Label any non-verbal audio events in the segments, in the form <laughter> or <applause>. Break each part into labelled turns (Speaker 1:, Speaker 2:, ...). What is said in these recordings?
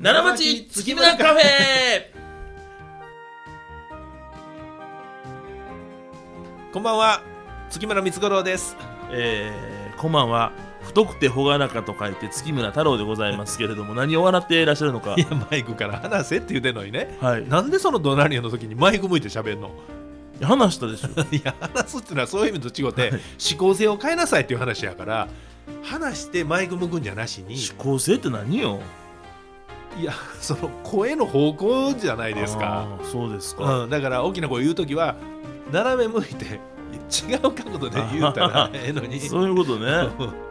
Speaker 1: 奈良町月村カフェ
Speaker 2: こんばんは月村光五郎です
Speaker 1: <laughs> えー、こんばんは太くて朗らかと書いて月村太郎でございますけれども何を笑っていらっしゃるのか
Speaker 2: いやマイクから話せって言うてんのにね
Speaker 1: はい
Speaker 2: なんでそのドナリオの時にマイク向いて喋んの
Speaker 1: 話したでしょ
Speaker 2: いや話すっていうのはそういう意味と違って指向性を変えなさいっていう話やから話してマイク向くんじゃなしに
Speaker 1: 指向性って何よ
Speaker 2: いやその声の方向じゃないですか、
Speaker 1: あーそうですか、
Speaker 2: うん、だから大きな声言う時は斜め向いて違う角度で言うた <laughs> らええのに
Speaker 1: そういうことね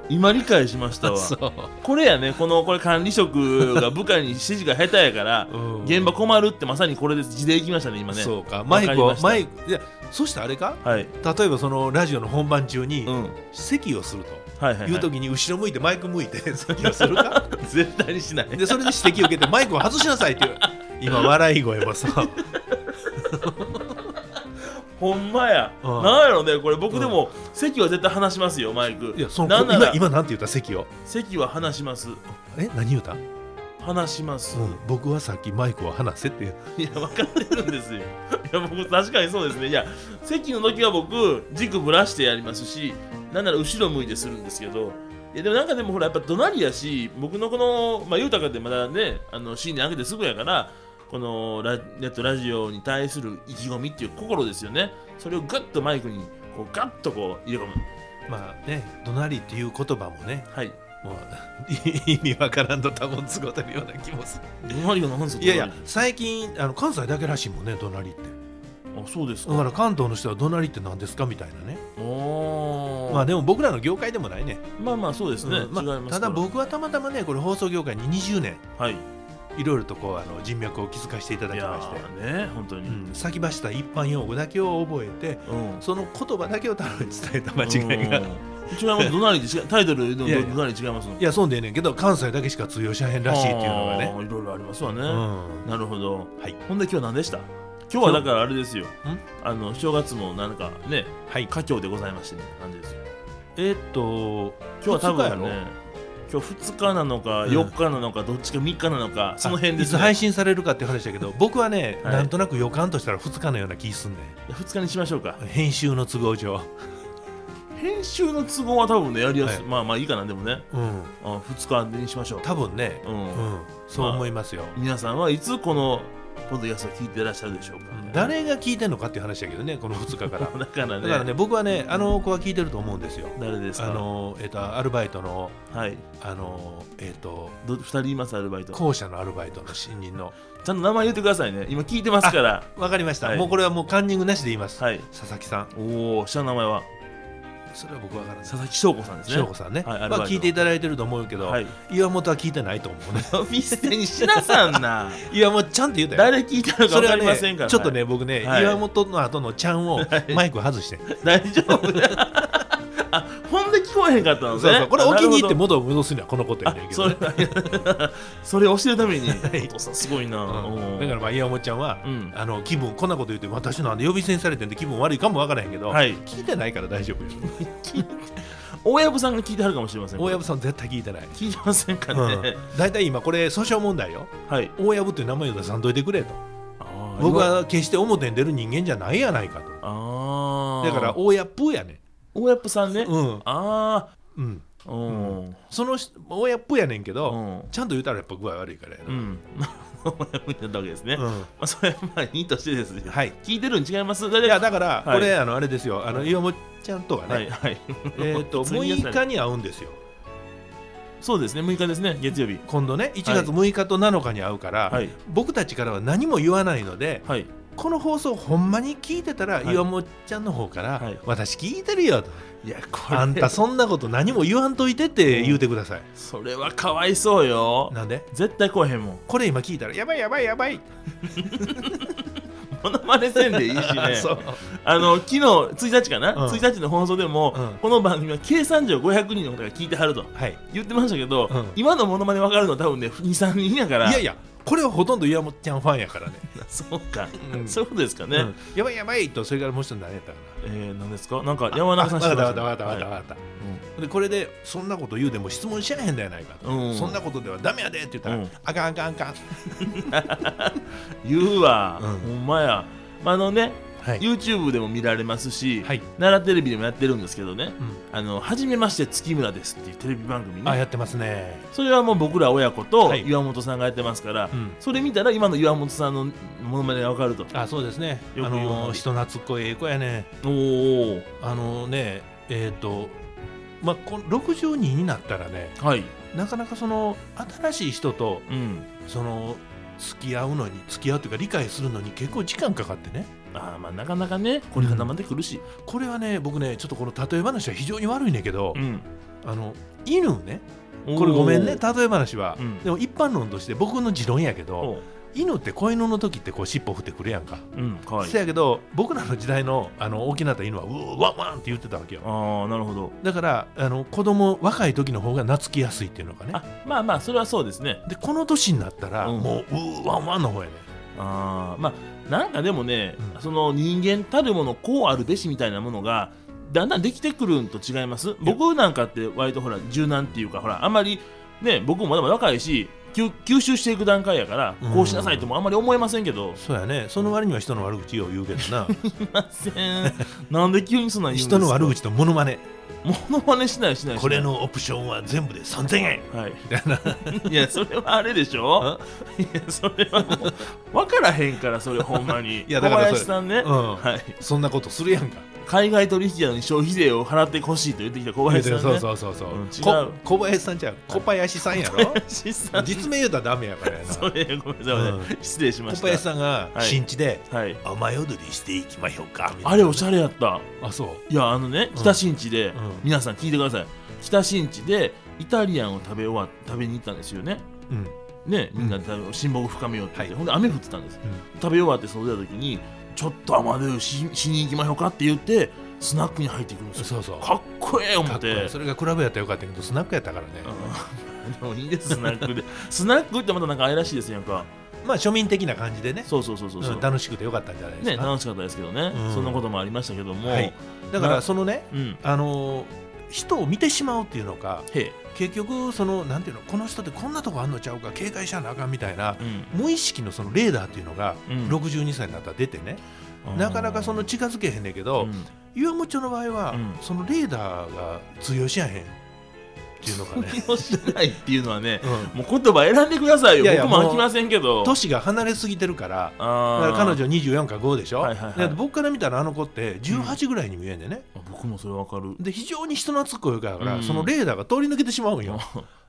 Speaker 1: 今理解しましたわ
Speaker 2: <laughs> そう
Speaker 1: これやねこのこれ管理職が部下に指示が下手やから、
Speaker 2: <laughs> うん
Speaker 1: 現場困るってまさにこれです字でいきましたね今ね
Speaker 2: そうか
Speaker 1: わ
Speaker 2: マ
Speaker 1: かり
Speaker 2: イ
Speaker 1: ま
Speaker 2: クを
Speaker 1: した
Speaker 2: マイクいやそしてあれか
Speaker 1: はい
Speaker 2: 例えばそのラジオの本番中に
Speaker 1: うんはい
Speaker 2: 咳をすると。
Speaker 1: はい、はい、
Speaker 2: いう時に後ろ向いてマイク向いて <laughs> 咳をするか
Speaker 1: 絶対にしない
Speaker 2: でそれで指摘を受けてマイクを外しなさいっていう今笑い声もさ
Speaker 1: ほんまや、
Speaker 2: うん
Speaker 1: なんやろねこれ僕でも、席は絶対話しますよマイク
Speaker 2: <laughs> いやその
Speaker 1: なんな
Speaker 2: 今
Speaker 1: ら
Speaker 2: 今なんて言った咳を
Speaker 1: 席は話します
Speaker 2: え何言った、
Speaker 1: 話します、
Speaker 2: うん僕はさっきマイクを離せっていう
Speaker 1: いや分かってるんですよいや僕確かにそうですねいや席の時は僕軸ぶらしてやりますしなんなら後ろ向いてするんですけどいやでもなんかでもほらやっぱ怒鳴りやし僕のこのまあ豊かでまだねあのシーンに上げてすぐやからこのラネットラジオに対する意気込みっていう心ですよねそれをグッとマイクにこうガッとこう入れ込む
Speaker 2: まあね怒鳴りっていう言葉もね
Speaker 1: はい
Speaker 2: もう <laughs> 意味わからんと多分つごてるような気もする
Speaker 1: 怒鳴りがなんすか
Speaker 2: いやいや最近あの関西だけらしいもんね怒鳴りって
Speaker 1: あそうです
Speaker 2: だ
Speaker 1: か
Speaker 2: から関東の人は怒鳴りって何ですかみたいなね
Speaker 1: おー
Speaker 2: まあでも僕らの業界でもないね
Speaker 1: まあまあそうですね、
Speaker 2: うんまあ
Speaker 1: 違います
Speaker 2: ただ僕はたまたまねこれ放送業界に20年
Speaker 1: はいい
Speaker 2: いろいろとこうあの人脈を築かせていただき
Speaker 1: や
Speaker 2: まして、
Speaker 1: ーね本当に、
Speaker 2: うん、先走った一般用語だけを覚えて
Speaker 1: うん
Speaker 2: その言葉だけを多分伝えた間違いが、
Speaker 1: うん
Speaker 2: い
Speaker 1: 違いますどなりで違うタイトルのど
Speaker 2: いやいや
Speaker 1: どなり違いますの
Speaker 2: やそうでええねんけど関西だけしか通用しへんらしいっていうのがね
Speaker 1: あ、ーいろいろありますわね、
Speaker 2: うん、
Speaker 1: なるほど
Speaker 2: はい
Speaker 1: ほんで今日何でした今日はだからあれですよ
Speaker 2: 今日ん
Speaker 1: あの正月もなんかね
Speaker 2: はい
Speaker 1: 佳境でございましてね感じですよ
Speaker 2: えーっと
Speaker 1: 今日は多
Speaker 2: 二日や
Speaker 1: 分
Speaker 2: ろ
Speaker 1: ね今日2日なのか
Speaker 2: うん
Speaker 1: 4日なのかどっちか3日なのかその辺です
Speaker 2: あ
Speaker 1: ね
Speaker 2: いつ配信されるかって話だけど僕はね、
Speaker 1: はい
Speaker 2: なんとなく予感としたら2日のような気すんね
Speaker 1: 2日にしましょうか
Speaker 2: ん編集の都合上、
Speaker 1: 編集の都合は多分ねやりやすい、
Speaker 2: はい
Speaker 1: まあまあいいかなでもね
Speaker 2: うん、
Speaker 1: あ2日にしましょう
Speaker 2: 多分ね、
Speaker 1: うん
Speaker 2: うん、そう思いますよ、
Speaker 1: 皆さんはいつこのポッドキャストを聞いてらっしゃるでしょうか、
Speaker 2: 誰が聞いてんのかっていう話だけどねこの2日から
Speaker 1: だから <laughs> ね
Speaker 2: だからね、僕はね、あの子は聞いてると思うんですよ。
Speaker 1: 誰です
Speaker 2: あ
Speaker 1: か
Speaker 2: の、えっ、と、アルバイトの、
Speaker 1: はい
Speaker 2: あの、えっ、と、
Speaker 1: ど2人いますアルバイトちゃん
Speaker 2: 校舎のアルバイトの新任の。
Speaker 1: と名前言ってくださいね今聞いてますから
Speaker 2: わかりました、
Speaker 1: はい
Speaker 2: もうこれはもうカンニングなしで言います。
Speaker 1: はい
Speaker 2: 佐々木さん。
Speaker 1: おお下の名前は
Speaker 2: それは僕わからない。
Speaker 1: 佐々木翔子さんですね
Speaker 2: 翔子さんね、
Speaker 1: はいアルバイ
Speaker 2: ま
Speaker 1: ト
Speaker 2: あ、聞いていただいてると思うけど、
Speaker 1: はい
Speaker 2: 岩本は聞いてないと思うね。
Speaker 1: お店にしなさんな
Speaker 2: 岩本ちゃんって言うたよ。
Speaker 1: <laughs> 誰聞いたのか分
Speaker 2: それ
Speaker 1: か
Speaker 2: は
Speaker 1: りませんか
Speaker 2: ね、
Speaker 1: ら、
Speaker 2: ちょっとね、僕ね、
Speaker 1: はい
Speaker 2: 岩本の後のちゃんをマイク外して、
Speaker 1: 大丈夫
Speaker 2: <laughs>
Speaker 1: あほんで聞こえへんかったの
Speaker 2: そう
Speaker 1: ね
Speaker 2: そう、これお気に入って
Speaker 1: も
Speaker 2: 元を戻すにはこのことやねんけ
Speaker 1: そ
Speaker 2: ど、
Speaker 1: れ
Speaker 2: ね、
Speaker 1: それ教 <laughs> えるために、
Speaker 2: い
Speaker 1: お父さんすごいな、
Speaker 2: うん
Speaker 1: おー
Speaker 2: だからまあ岩本ちゃんは、
Speaker 1: うん
Speaker 2: あの気分こんなこと言って私なんで呼び捨てにされてんで気分悪いかもわからへんけど、
Speaker 1: はい
Speaker 2: 聞いてないから大丈夫よ
Speaker 1: 大藪さんが聞いてはるかもしれません
Speaker 2: 大藪さん絶対聞いてない、
Speaker 1: 聞いてませんか
Speaker 2: うん
Speaker 1: ね、
Speaker 2: <laughs> 大体今これ訴訟問題よ
Speaker 1: はい
Speaker 2: 大藪っていう名前を出さんといてくれと僕は決して表に出る人間じゃないやないかと
Speaker 1: ああ
Speaker 2: だから大藪やね
Speaker 1: 大やっさんね、
Speaker 2: うん
Speaker 1: あ
Speaker 2: うん
Speaker 1: あうん
Speaker 2: その人大藪やねんけ
Speaker 1: う
Speaker 2: ど、
Speaker 1: ん
Speaker 2: ちゃんと言うたらやっぱ具合悪いからや
Speaker 1: う
Speaker 2: な、
Speaker 1: ん大やっになったわけですね、
Speaker 2: う
Speaker 1: ま <laughs>
Speaker 2: ん
Speaker 1: あそれはまあいいとしてですね、
Speaker 2: はい
Speaker 1: 聞いてるに違います大
Speaker 2: い
Speaker 1: 体
Speaker 2: やだから
Speaker 1: はい
Speaker 2: これ、あのあれですよあの岩本ちゃんとはね、
Speaker 1: はいはい
Speaker 2: えー、
Speaker 1: <laughs>
Speaker 2: と
Speaker 1: 普通に
Speaker 2: 6日に会うんですよ
Speaker 1: そうですね6日ですね月曜日
Speaker 2: 今度ね1月6日と7日に会うから、
Speaker 1: はい
Speaker 2: 僕たちからは何も言わないので
Speaker 1: はい
Speaker 2: この放送ほんまに聞いてた
Speaker 1: は
Speaker 2: ら、
Speaker 1: い
Speaker 2: 岩本ちゃんの方から、
Speaker 1: はい
Speaker 2: 私聞いてるよと
Speaker 1: いやこれ
Speaker 2: あんたそんなこと何も言わんといてって言うてください、
Speaker 1: それはかわいそうよ
Speaker 2: なんで
Speaker 1: 絶対来へんもん
Speaker 2: これ今聞いたらやばいやばいやばい、
Speaker 1: モノマネせんでいいしね
Speaker 2: <laughs> そう
Speaker 1: あの昨日1日かな、
Speaker 2: うん
Speaker 1: 1日の放送でも、
Speaker 2: うん
Speaker 1: この番組は計算上500人の方が聞いてはると
Speaker 2: はい
Speaker 1: 言ってましたけど、
Speaker 2: うん
Speaker 1: 今のモノマネ分かるの多分ね23人やから
Speaker 2: いやいやこれはほとんど岩本ちゃんファンやからね、
Speaker 1: そうか、
Speaker 2: うん
Speaker 1: そういうことですかね、
Speaker 2: うんやばいやばいとそれからもう一人何やったか
Speaker 1: えー、何ですかなんか
Speaker 2: な
Speaker 1: 山中さん
Speaker 2: あわかったわ
Speaker 1: 知って
Speaker 2: か
Speaker 1: ま
Speaker 2: っ
Speaker 1: す
Speaker 2: たわかったわかったわかったでこれでそんなこと言うでも質問しやへんだやないかと、
Speaker 1: うん
Speaker 2: そんなことではダメやでって言ったら、
Speaker 1: うん
Speaker 2: あかんあかんあかん
Speaker 1: はい言うわ、
Speaker 2: うん
Speaker 1: ほんまや、まあ、あのね
Speaker 2: はい
Speaker 1: YouTube でも見られますし、
Speaker 2: はい
Speaker 1: 奈良テレビでもやってるんですけどね
Speaker 2: うん
Speaker 1: 「あの初めまして月村です」っていうテレビ番組
Speaker 2: あ
Speaker 1: ね
Speaker 2: やってますね
Speaker 1: それはもう僕ら親子と
Speaker 2: はい
Speaker 1: 岩本さんがやってますから、
Speaker 2: うん
Speaker 1: それ見たら今の岩本さんのものまねが分かると
Speaker 2: あそうですね
Speaker 1: よ
Speaker 2: あ
Speaker 1: く言う
Speaker 2: のー人懐っこいええ子やね
Speaker 1: おー
Speaker 2: あのねえっ、とまあこの62になったらね
Speaker 1: はい
Speaker 2: なかなかその新しい人と
Speaker 1: うん
Speaker 2: その付き合うのに付き合うというか理解するのに結構時間かかってね
Speaker 1: あーまあなかなかねこれ固まってくるし、
Speaker 2: これはね僕ねちょっとこの例え話は非常に悪いねんけど、
Speaker 1: ん
Speaker 2: あの犬ね
Speaker 1: おー
Speaker 2: これごめんね例え話は、
Speaker 1: うん
Speaker 2: でも一般論として僕の持論やけ
Speaker 1: お
Speaker 2: ど
Speaker 1: う
Speaker 2: 犬って子犬の時ってこう尻尾振ってくるやんか、
Speaker 1: うんかわいい
Speaker 2: せやけど僕らの時代のあの大きなった犬はうーワンワンって言ってたわけよ
Speaker 1: ああなるほど
Speaker 2: だからあの子供若い時の方が懐きやすいっていうのかね
Speaker 1: あまあまあそれはそうですね
Speaker 2: でこの年になったら、
Speaker 1: うん
Speaker 2: もううーワンワンの方やね
Speaker 1: あーまあなんかでもね、
Speaker 2: うん
Speaker 1: その人間たるものこうあるべしみたいなものがだんだんできてくるんと違います僕なんかって割とほら柔軟っていうかほらあんまりね僕もまだまだ若いし吸吸収していく段階やから
Speaker 2: うん
Speaker 1: こうしなさいともあんまり思いませんけど、
Speaker 2: そうやねその割には人の悪口よう言うけどな
Speaker 1: すいませんなんで急にそんなん言うんです
Speaker 2: 人
Speaker 1: か
Speaker 2: の悪口とモノマネ
Speaker 1: ものまねしないしないしない
Speaker 2: これのオプションは全部で3000円
Speaker 1: はい
Speaker 2: みたいな
Speaker 1: いやそれはあれでし
Speaker 2: <laughs>
Speaker 1: ょいやそれはもう分からへんからそれほんまに
Speaker 2: <laughs> いやだから
Speaker 1: 小
Speaker 2: それ
Speaker 1: 林さんね、
Speaker 2: うん
Speaker 1: はい
Speaker 2: そんなことするやんか
Speaker 1: 海外取引なのに消費税を払ってほしいと言ってきた小林さん、ね、
Speaker 2: そうそうそうそう、
Speaker 1: うん違う
Speaker 2: こ小林さんじゃん小林さんや <laughs> ろ
Speaker 1: 林さん
Speaker 2: 実名言うたらダメやからやな
Speaker 1: それごめんなさい、
Speaker 2: うん
Speaker 1: 失礼しまし
Speaker 2: 小
Speaker 1: た
Speaker 2: 林さんが
Speaker 1: はい
Speaker 2: 新地で
Speaker 1: はい
Speaker 2: 雨宿りしていきましょうかみたいな
Speaker 1: あれおしゃれやった
Speaker 2: あそう
Speaker 1: いやあのね
Speaker 2: うん
Speaker 1: 北新地で、
Speaker 2: うん
Speaker 1: 皆さん聞いてください北新地でイタリアンを食べ終わ食べに行ったんですよね
Speaker 2: うん
Speaker 1: ねみんな
Speaker 2: う
Speaker 1: で親睦深めようって言って、
Speaker 2: はい
Speaker 1: ほんで雨降ってたんです食べ終わってそう出た時にちょっと雨宿りししに行きましょうかって言ってスナックに入ってくるんですよ
Speaker 2: そうそう
Speaker 1: かっこええ思
Speaker 2: か
Speaker 1: っ
Speaker 2: っこい
Speaker 1: て
Speaker 2: いそれがクラブやったらよかったけどスナックやったからね、
Speaker 1: うんでも <laughs> いいですスナックでスナックってまたなんか愛らしいですやんか
Speaker 2: まあ庶民的な感じでね
Speaker 1: そうそうそうそうそう、
Speaker 2: うん楽しくてよかったんじゃないで
Speaker 1: ね
Speaker 2: すか、
Speaker 1: 楽しかったですけどね、
Speaker 2: うん
Speaker 1: そんなこともありましたけども、
Speaker 2: はい、だか
Speaker 1: な
Speaker 2: らそのね
Speaker 1: うん
Speaker 2: あのー人を見てしまうっていうのか
Speaker 1: へえ
Speaker 2: 結局そのなんていうのこの人ってこんなとこあんのちゃうか警戒しちゃなあかんみたいな
Speaker 1: うん
Speaker 2: 無意識のそのレーダーっていうのが
Speaker 1: うん
Speaker 2: 62歳になったら出てね、なかなかその近づけへんねんけ
Speaker 1: う
Speaker 2: ど、
Speaker 1: ん
Speaker 2: 岩本町の場合は、
Speaker 1: うん
Speaker 2: そのレーダーが通用しやへんっていうのがね、
Speaker 1: 信用しないっていうのはね
Speaker 2: う
Speaker 1: もう言葉選んでくださいよ
Speaker 2: いやいや
Speaker 1: 僕も
Speaker 2: も
Speaker 1: 飽
Speaker 2: う
Speaker 1: きませんけど
Speaker 2: ん、年が離れすぎてるからだ
Speaker 1: あ
Speaker 2: か
Speaker 1: ー
Speaker 2: ら彼女24か5でしょ、
Speaker 1: はいはいはい
Speaker 2: で僕から見たらあの子って18ぐらいに見えんでね、
Speaker 1: あ僕もそれわかる
Speaker 2: で非常に人懐っこいから、
Speaker 1: うん
Speaker 2: そのレーダーが通り抜けてしまうんよ、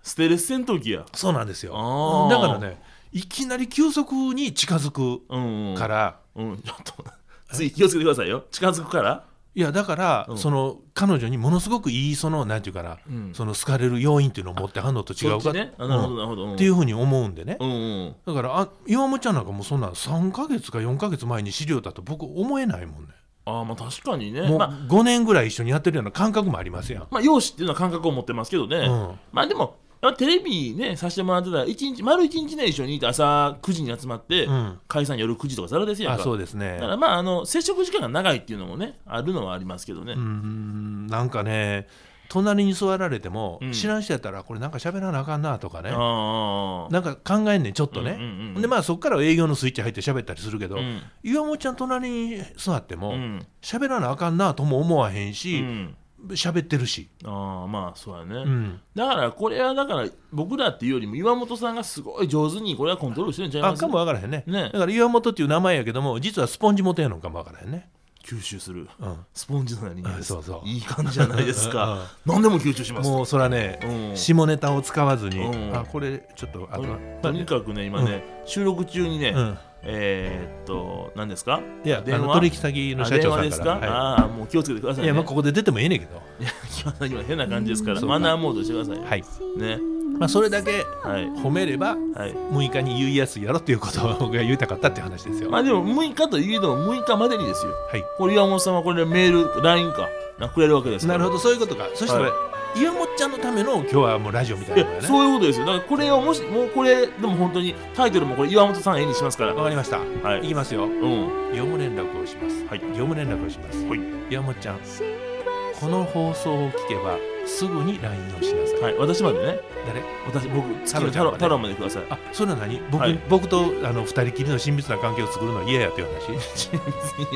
Speaker 1: ステレス戦闘機や
Speaker 2: そうなんですよ
Speaker 1: あー
Speaker 2: だからねいきなり急速に近づく
Speaker 1: うん、うん、
Speaker 2: から、
Speaker 1: うんちょっと次気をつけてくださいよ近づくから
Speaker 2: いやだから、
Speaker 1: うん
Speaker 2: その彼女にものすごくいいそのなんていうかな、
Speaker 1: うん
Speaker 2: その好かれる要因っていうのを持ってはんのと違う
Speaker 1: そ
Speaker 2: か
Speaker 1: っちねあなるほ
Speaker 2: う
Speaker 1: ど
Speaker 2: ん
Speaker 1: なるほど、うん、
Speaker 2: っていうふうに思うんでね、
Speaker 1: うんうん
Speaker 2: だからあ岩本ちゃんなんかもうそんなん3か月か4か月前に資料だと僕思えないもんね
Speaker 1: ああまあ確かにね
Speaker 2: もう
Speaker 1: まあ
Speaker 2: 5年ぐらい一緒にやってるような感覚もありますやん、
Speaker 1: まあ容姿っていうのは感覚を持ってますけどね、
Speaker 2: うん
Speaker 1: まあでも、やっぱテレビね、させてもらってたら、一日、丸一日ね、一緒にいて、朝9時に集まって、
Speaker 2: うん、
Speaker 1: 解散夜9時とかざらですやん
Speaker 2: あ
Speaker 1: か。
Speaker 2: そうですね
Speaker 1: だからまあ、あの、接触時間が長いっていうのもね、あるのはありますけどね。
Speaker 2: うんなんかね隣に座られても、
Speaker 1: うん
Speaker 2: 知らん人やったらこれなんか喋らなあかんなとかね
Speaker 1: ああ。
Speaker 2: なんか考えんねんちょっとね、
Speaker 1: うんうんうん
Speaker 2: でまあそこから営業のスイッチ入って喋ったりするけど、
Speaker 1: うん
Speaker 2: 岩本ちゃん隣に座っても
Speaker 1: うん
Speaker 2: 喋、らなあかんなとも思わへん
Speaker 1: う
Speaker 2: し
Speaker 1: ん、
Speaker 2: 喋、ってるし、
Speaker 1: ああまあそうやね、
Speaker 2: うん、
Speaker 1: だからこれはだから僕らっていうよりも岩本さんがすごい上手にこれはコントロールしてるんちゃい
Speaker 2: あ
Speaker 1: ます
Speaker 2: かもわからへんね
Speaker 1: ね
Speaker 2: だから岩本っていう名前やけども実はスポンジ元やのかもわからへんね、
Speaker 1: 吸収する
Speaker 2: うん、
Speaker 1: スポンジのような人間です
Speaker 2: あそうそう
Speaker 1: いい感じじゃないですか何でも吸収します
Speaker 2: もうそらね、
Speaker 1: うん
Speaker 2: 下ネタを使わずに、
Speaker 1: うん
Speaker 2: あこれちょっとあと、まあ
Speaker 1: とにかくね今ね、収録中にね、
Speaker 2: うん、
Speaker 1: えー、っと、何ですか
Speaker 2: いやあ
Speaker 1: 電
Speaker 2: の
Speaker 1: 話
Speaker 2: 取引先の社長
Speaker 1: あ電話
Speaker 2: さん
Speaker 1: で
Speaker 2: か
Speaker 1: す
Speaker 2: ら
Speaker 1: か、
Speaker 2: は
Speaker 1: ああ、もう気をつけてください、
Speaker 2: いい
Speaker 1: ね。
Speaker 2: やまあここで出てもええねんけど
Speaker 1: 木村さん今変な感じですから、
Speaker 2: そう
Speaker 1: マナーモードしてください。
Speaker 2: はい、
Speaker 1: ね。
Speaker 2: まあ、それだけ
Speaker 1: はい。
Speaker 2: 褒めれば
Speaker 1: はい。
Speaker 2: 6日に言いやすいやろっていうことが言いたかったって話ですよ、
Speaker 1: まあでも、6日といえども6日までにですよ。
Speaker 2: はい
Speaker 1: これ岩本さんはこれでメール、LINE か、なくれるわけですか
Speaker 2: な
Speaker 1: ら。
Speaker 2: るほどそういうことかそしたら、岩本ちゃんのための今日はもうラジオみたい
Speaker 1: い
Speaker 2: なのが
Speaker 1: や <laughs>
Speaker 2: ね
Speaker 1: そういうことですよだからこれをもしもうこれでも本当にタイトルもこれ岩本さん絵にしますから
Speaker 2: わかりました、、
Speaker 1: はいい
Speaker 2: きますよ
Speaker 1: うん
Speaker 2: 業務連絡をします、
Speaker 1: はい
Speaker 2: 業務連絡をします、
Speaker 1: はい
Speaker 2: 岩本ちゃんこの放送を聞けばすぐに LINE をしなさい、
Speaker 1: はい私までね
Speaker 2: 誰
Speaker 1: 私僕太
Speaker 2: 太郎
Speaker 1: 郎
Speaker 2: ちゃんまで
Speaker 1: 太郎までください
Speaker 2: あそれは何僕,、
Speaker 1: はい
Speaker 2: 僕とあの二人きりの親密な関係を作るのは嫌やという
Speaker 1: <laughs>
Speaker 2: 話
Speaker 1: いや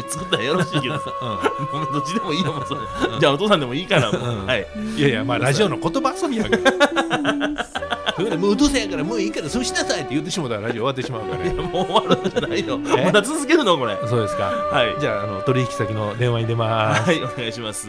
Speaker 1: 作ったらよろしいけどさ
Speaker 2: う
Speaker 1: もうどっちでもいいよもうそれじゃあお父さんでもいいからも
Speaker 2: うん
Speaker 1: うはい
Speaker 2: んいやいやまあラジオの言葉遊びやから
Speaker 1: <laughs>
Speaker 2: それでもううとせやからもういいからそうしなさいって言ってしまったらラジオ終わってしまうから、ね、
Speaker 1: もう終わるんじゃないの
Speaker 2: え
Speaker 1: また続けるのこれは
Speaker 2: そうですか
Speaker 1: い
Speaker 2: じゃああの取引先の電話に出ます
Speaker 1: はいお願いします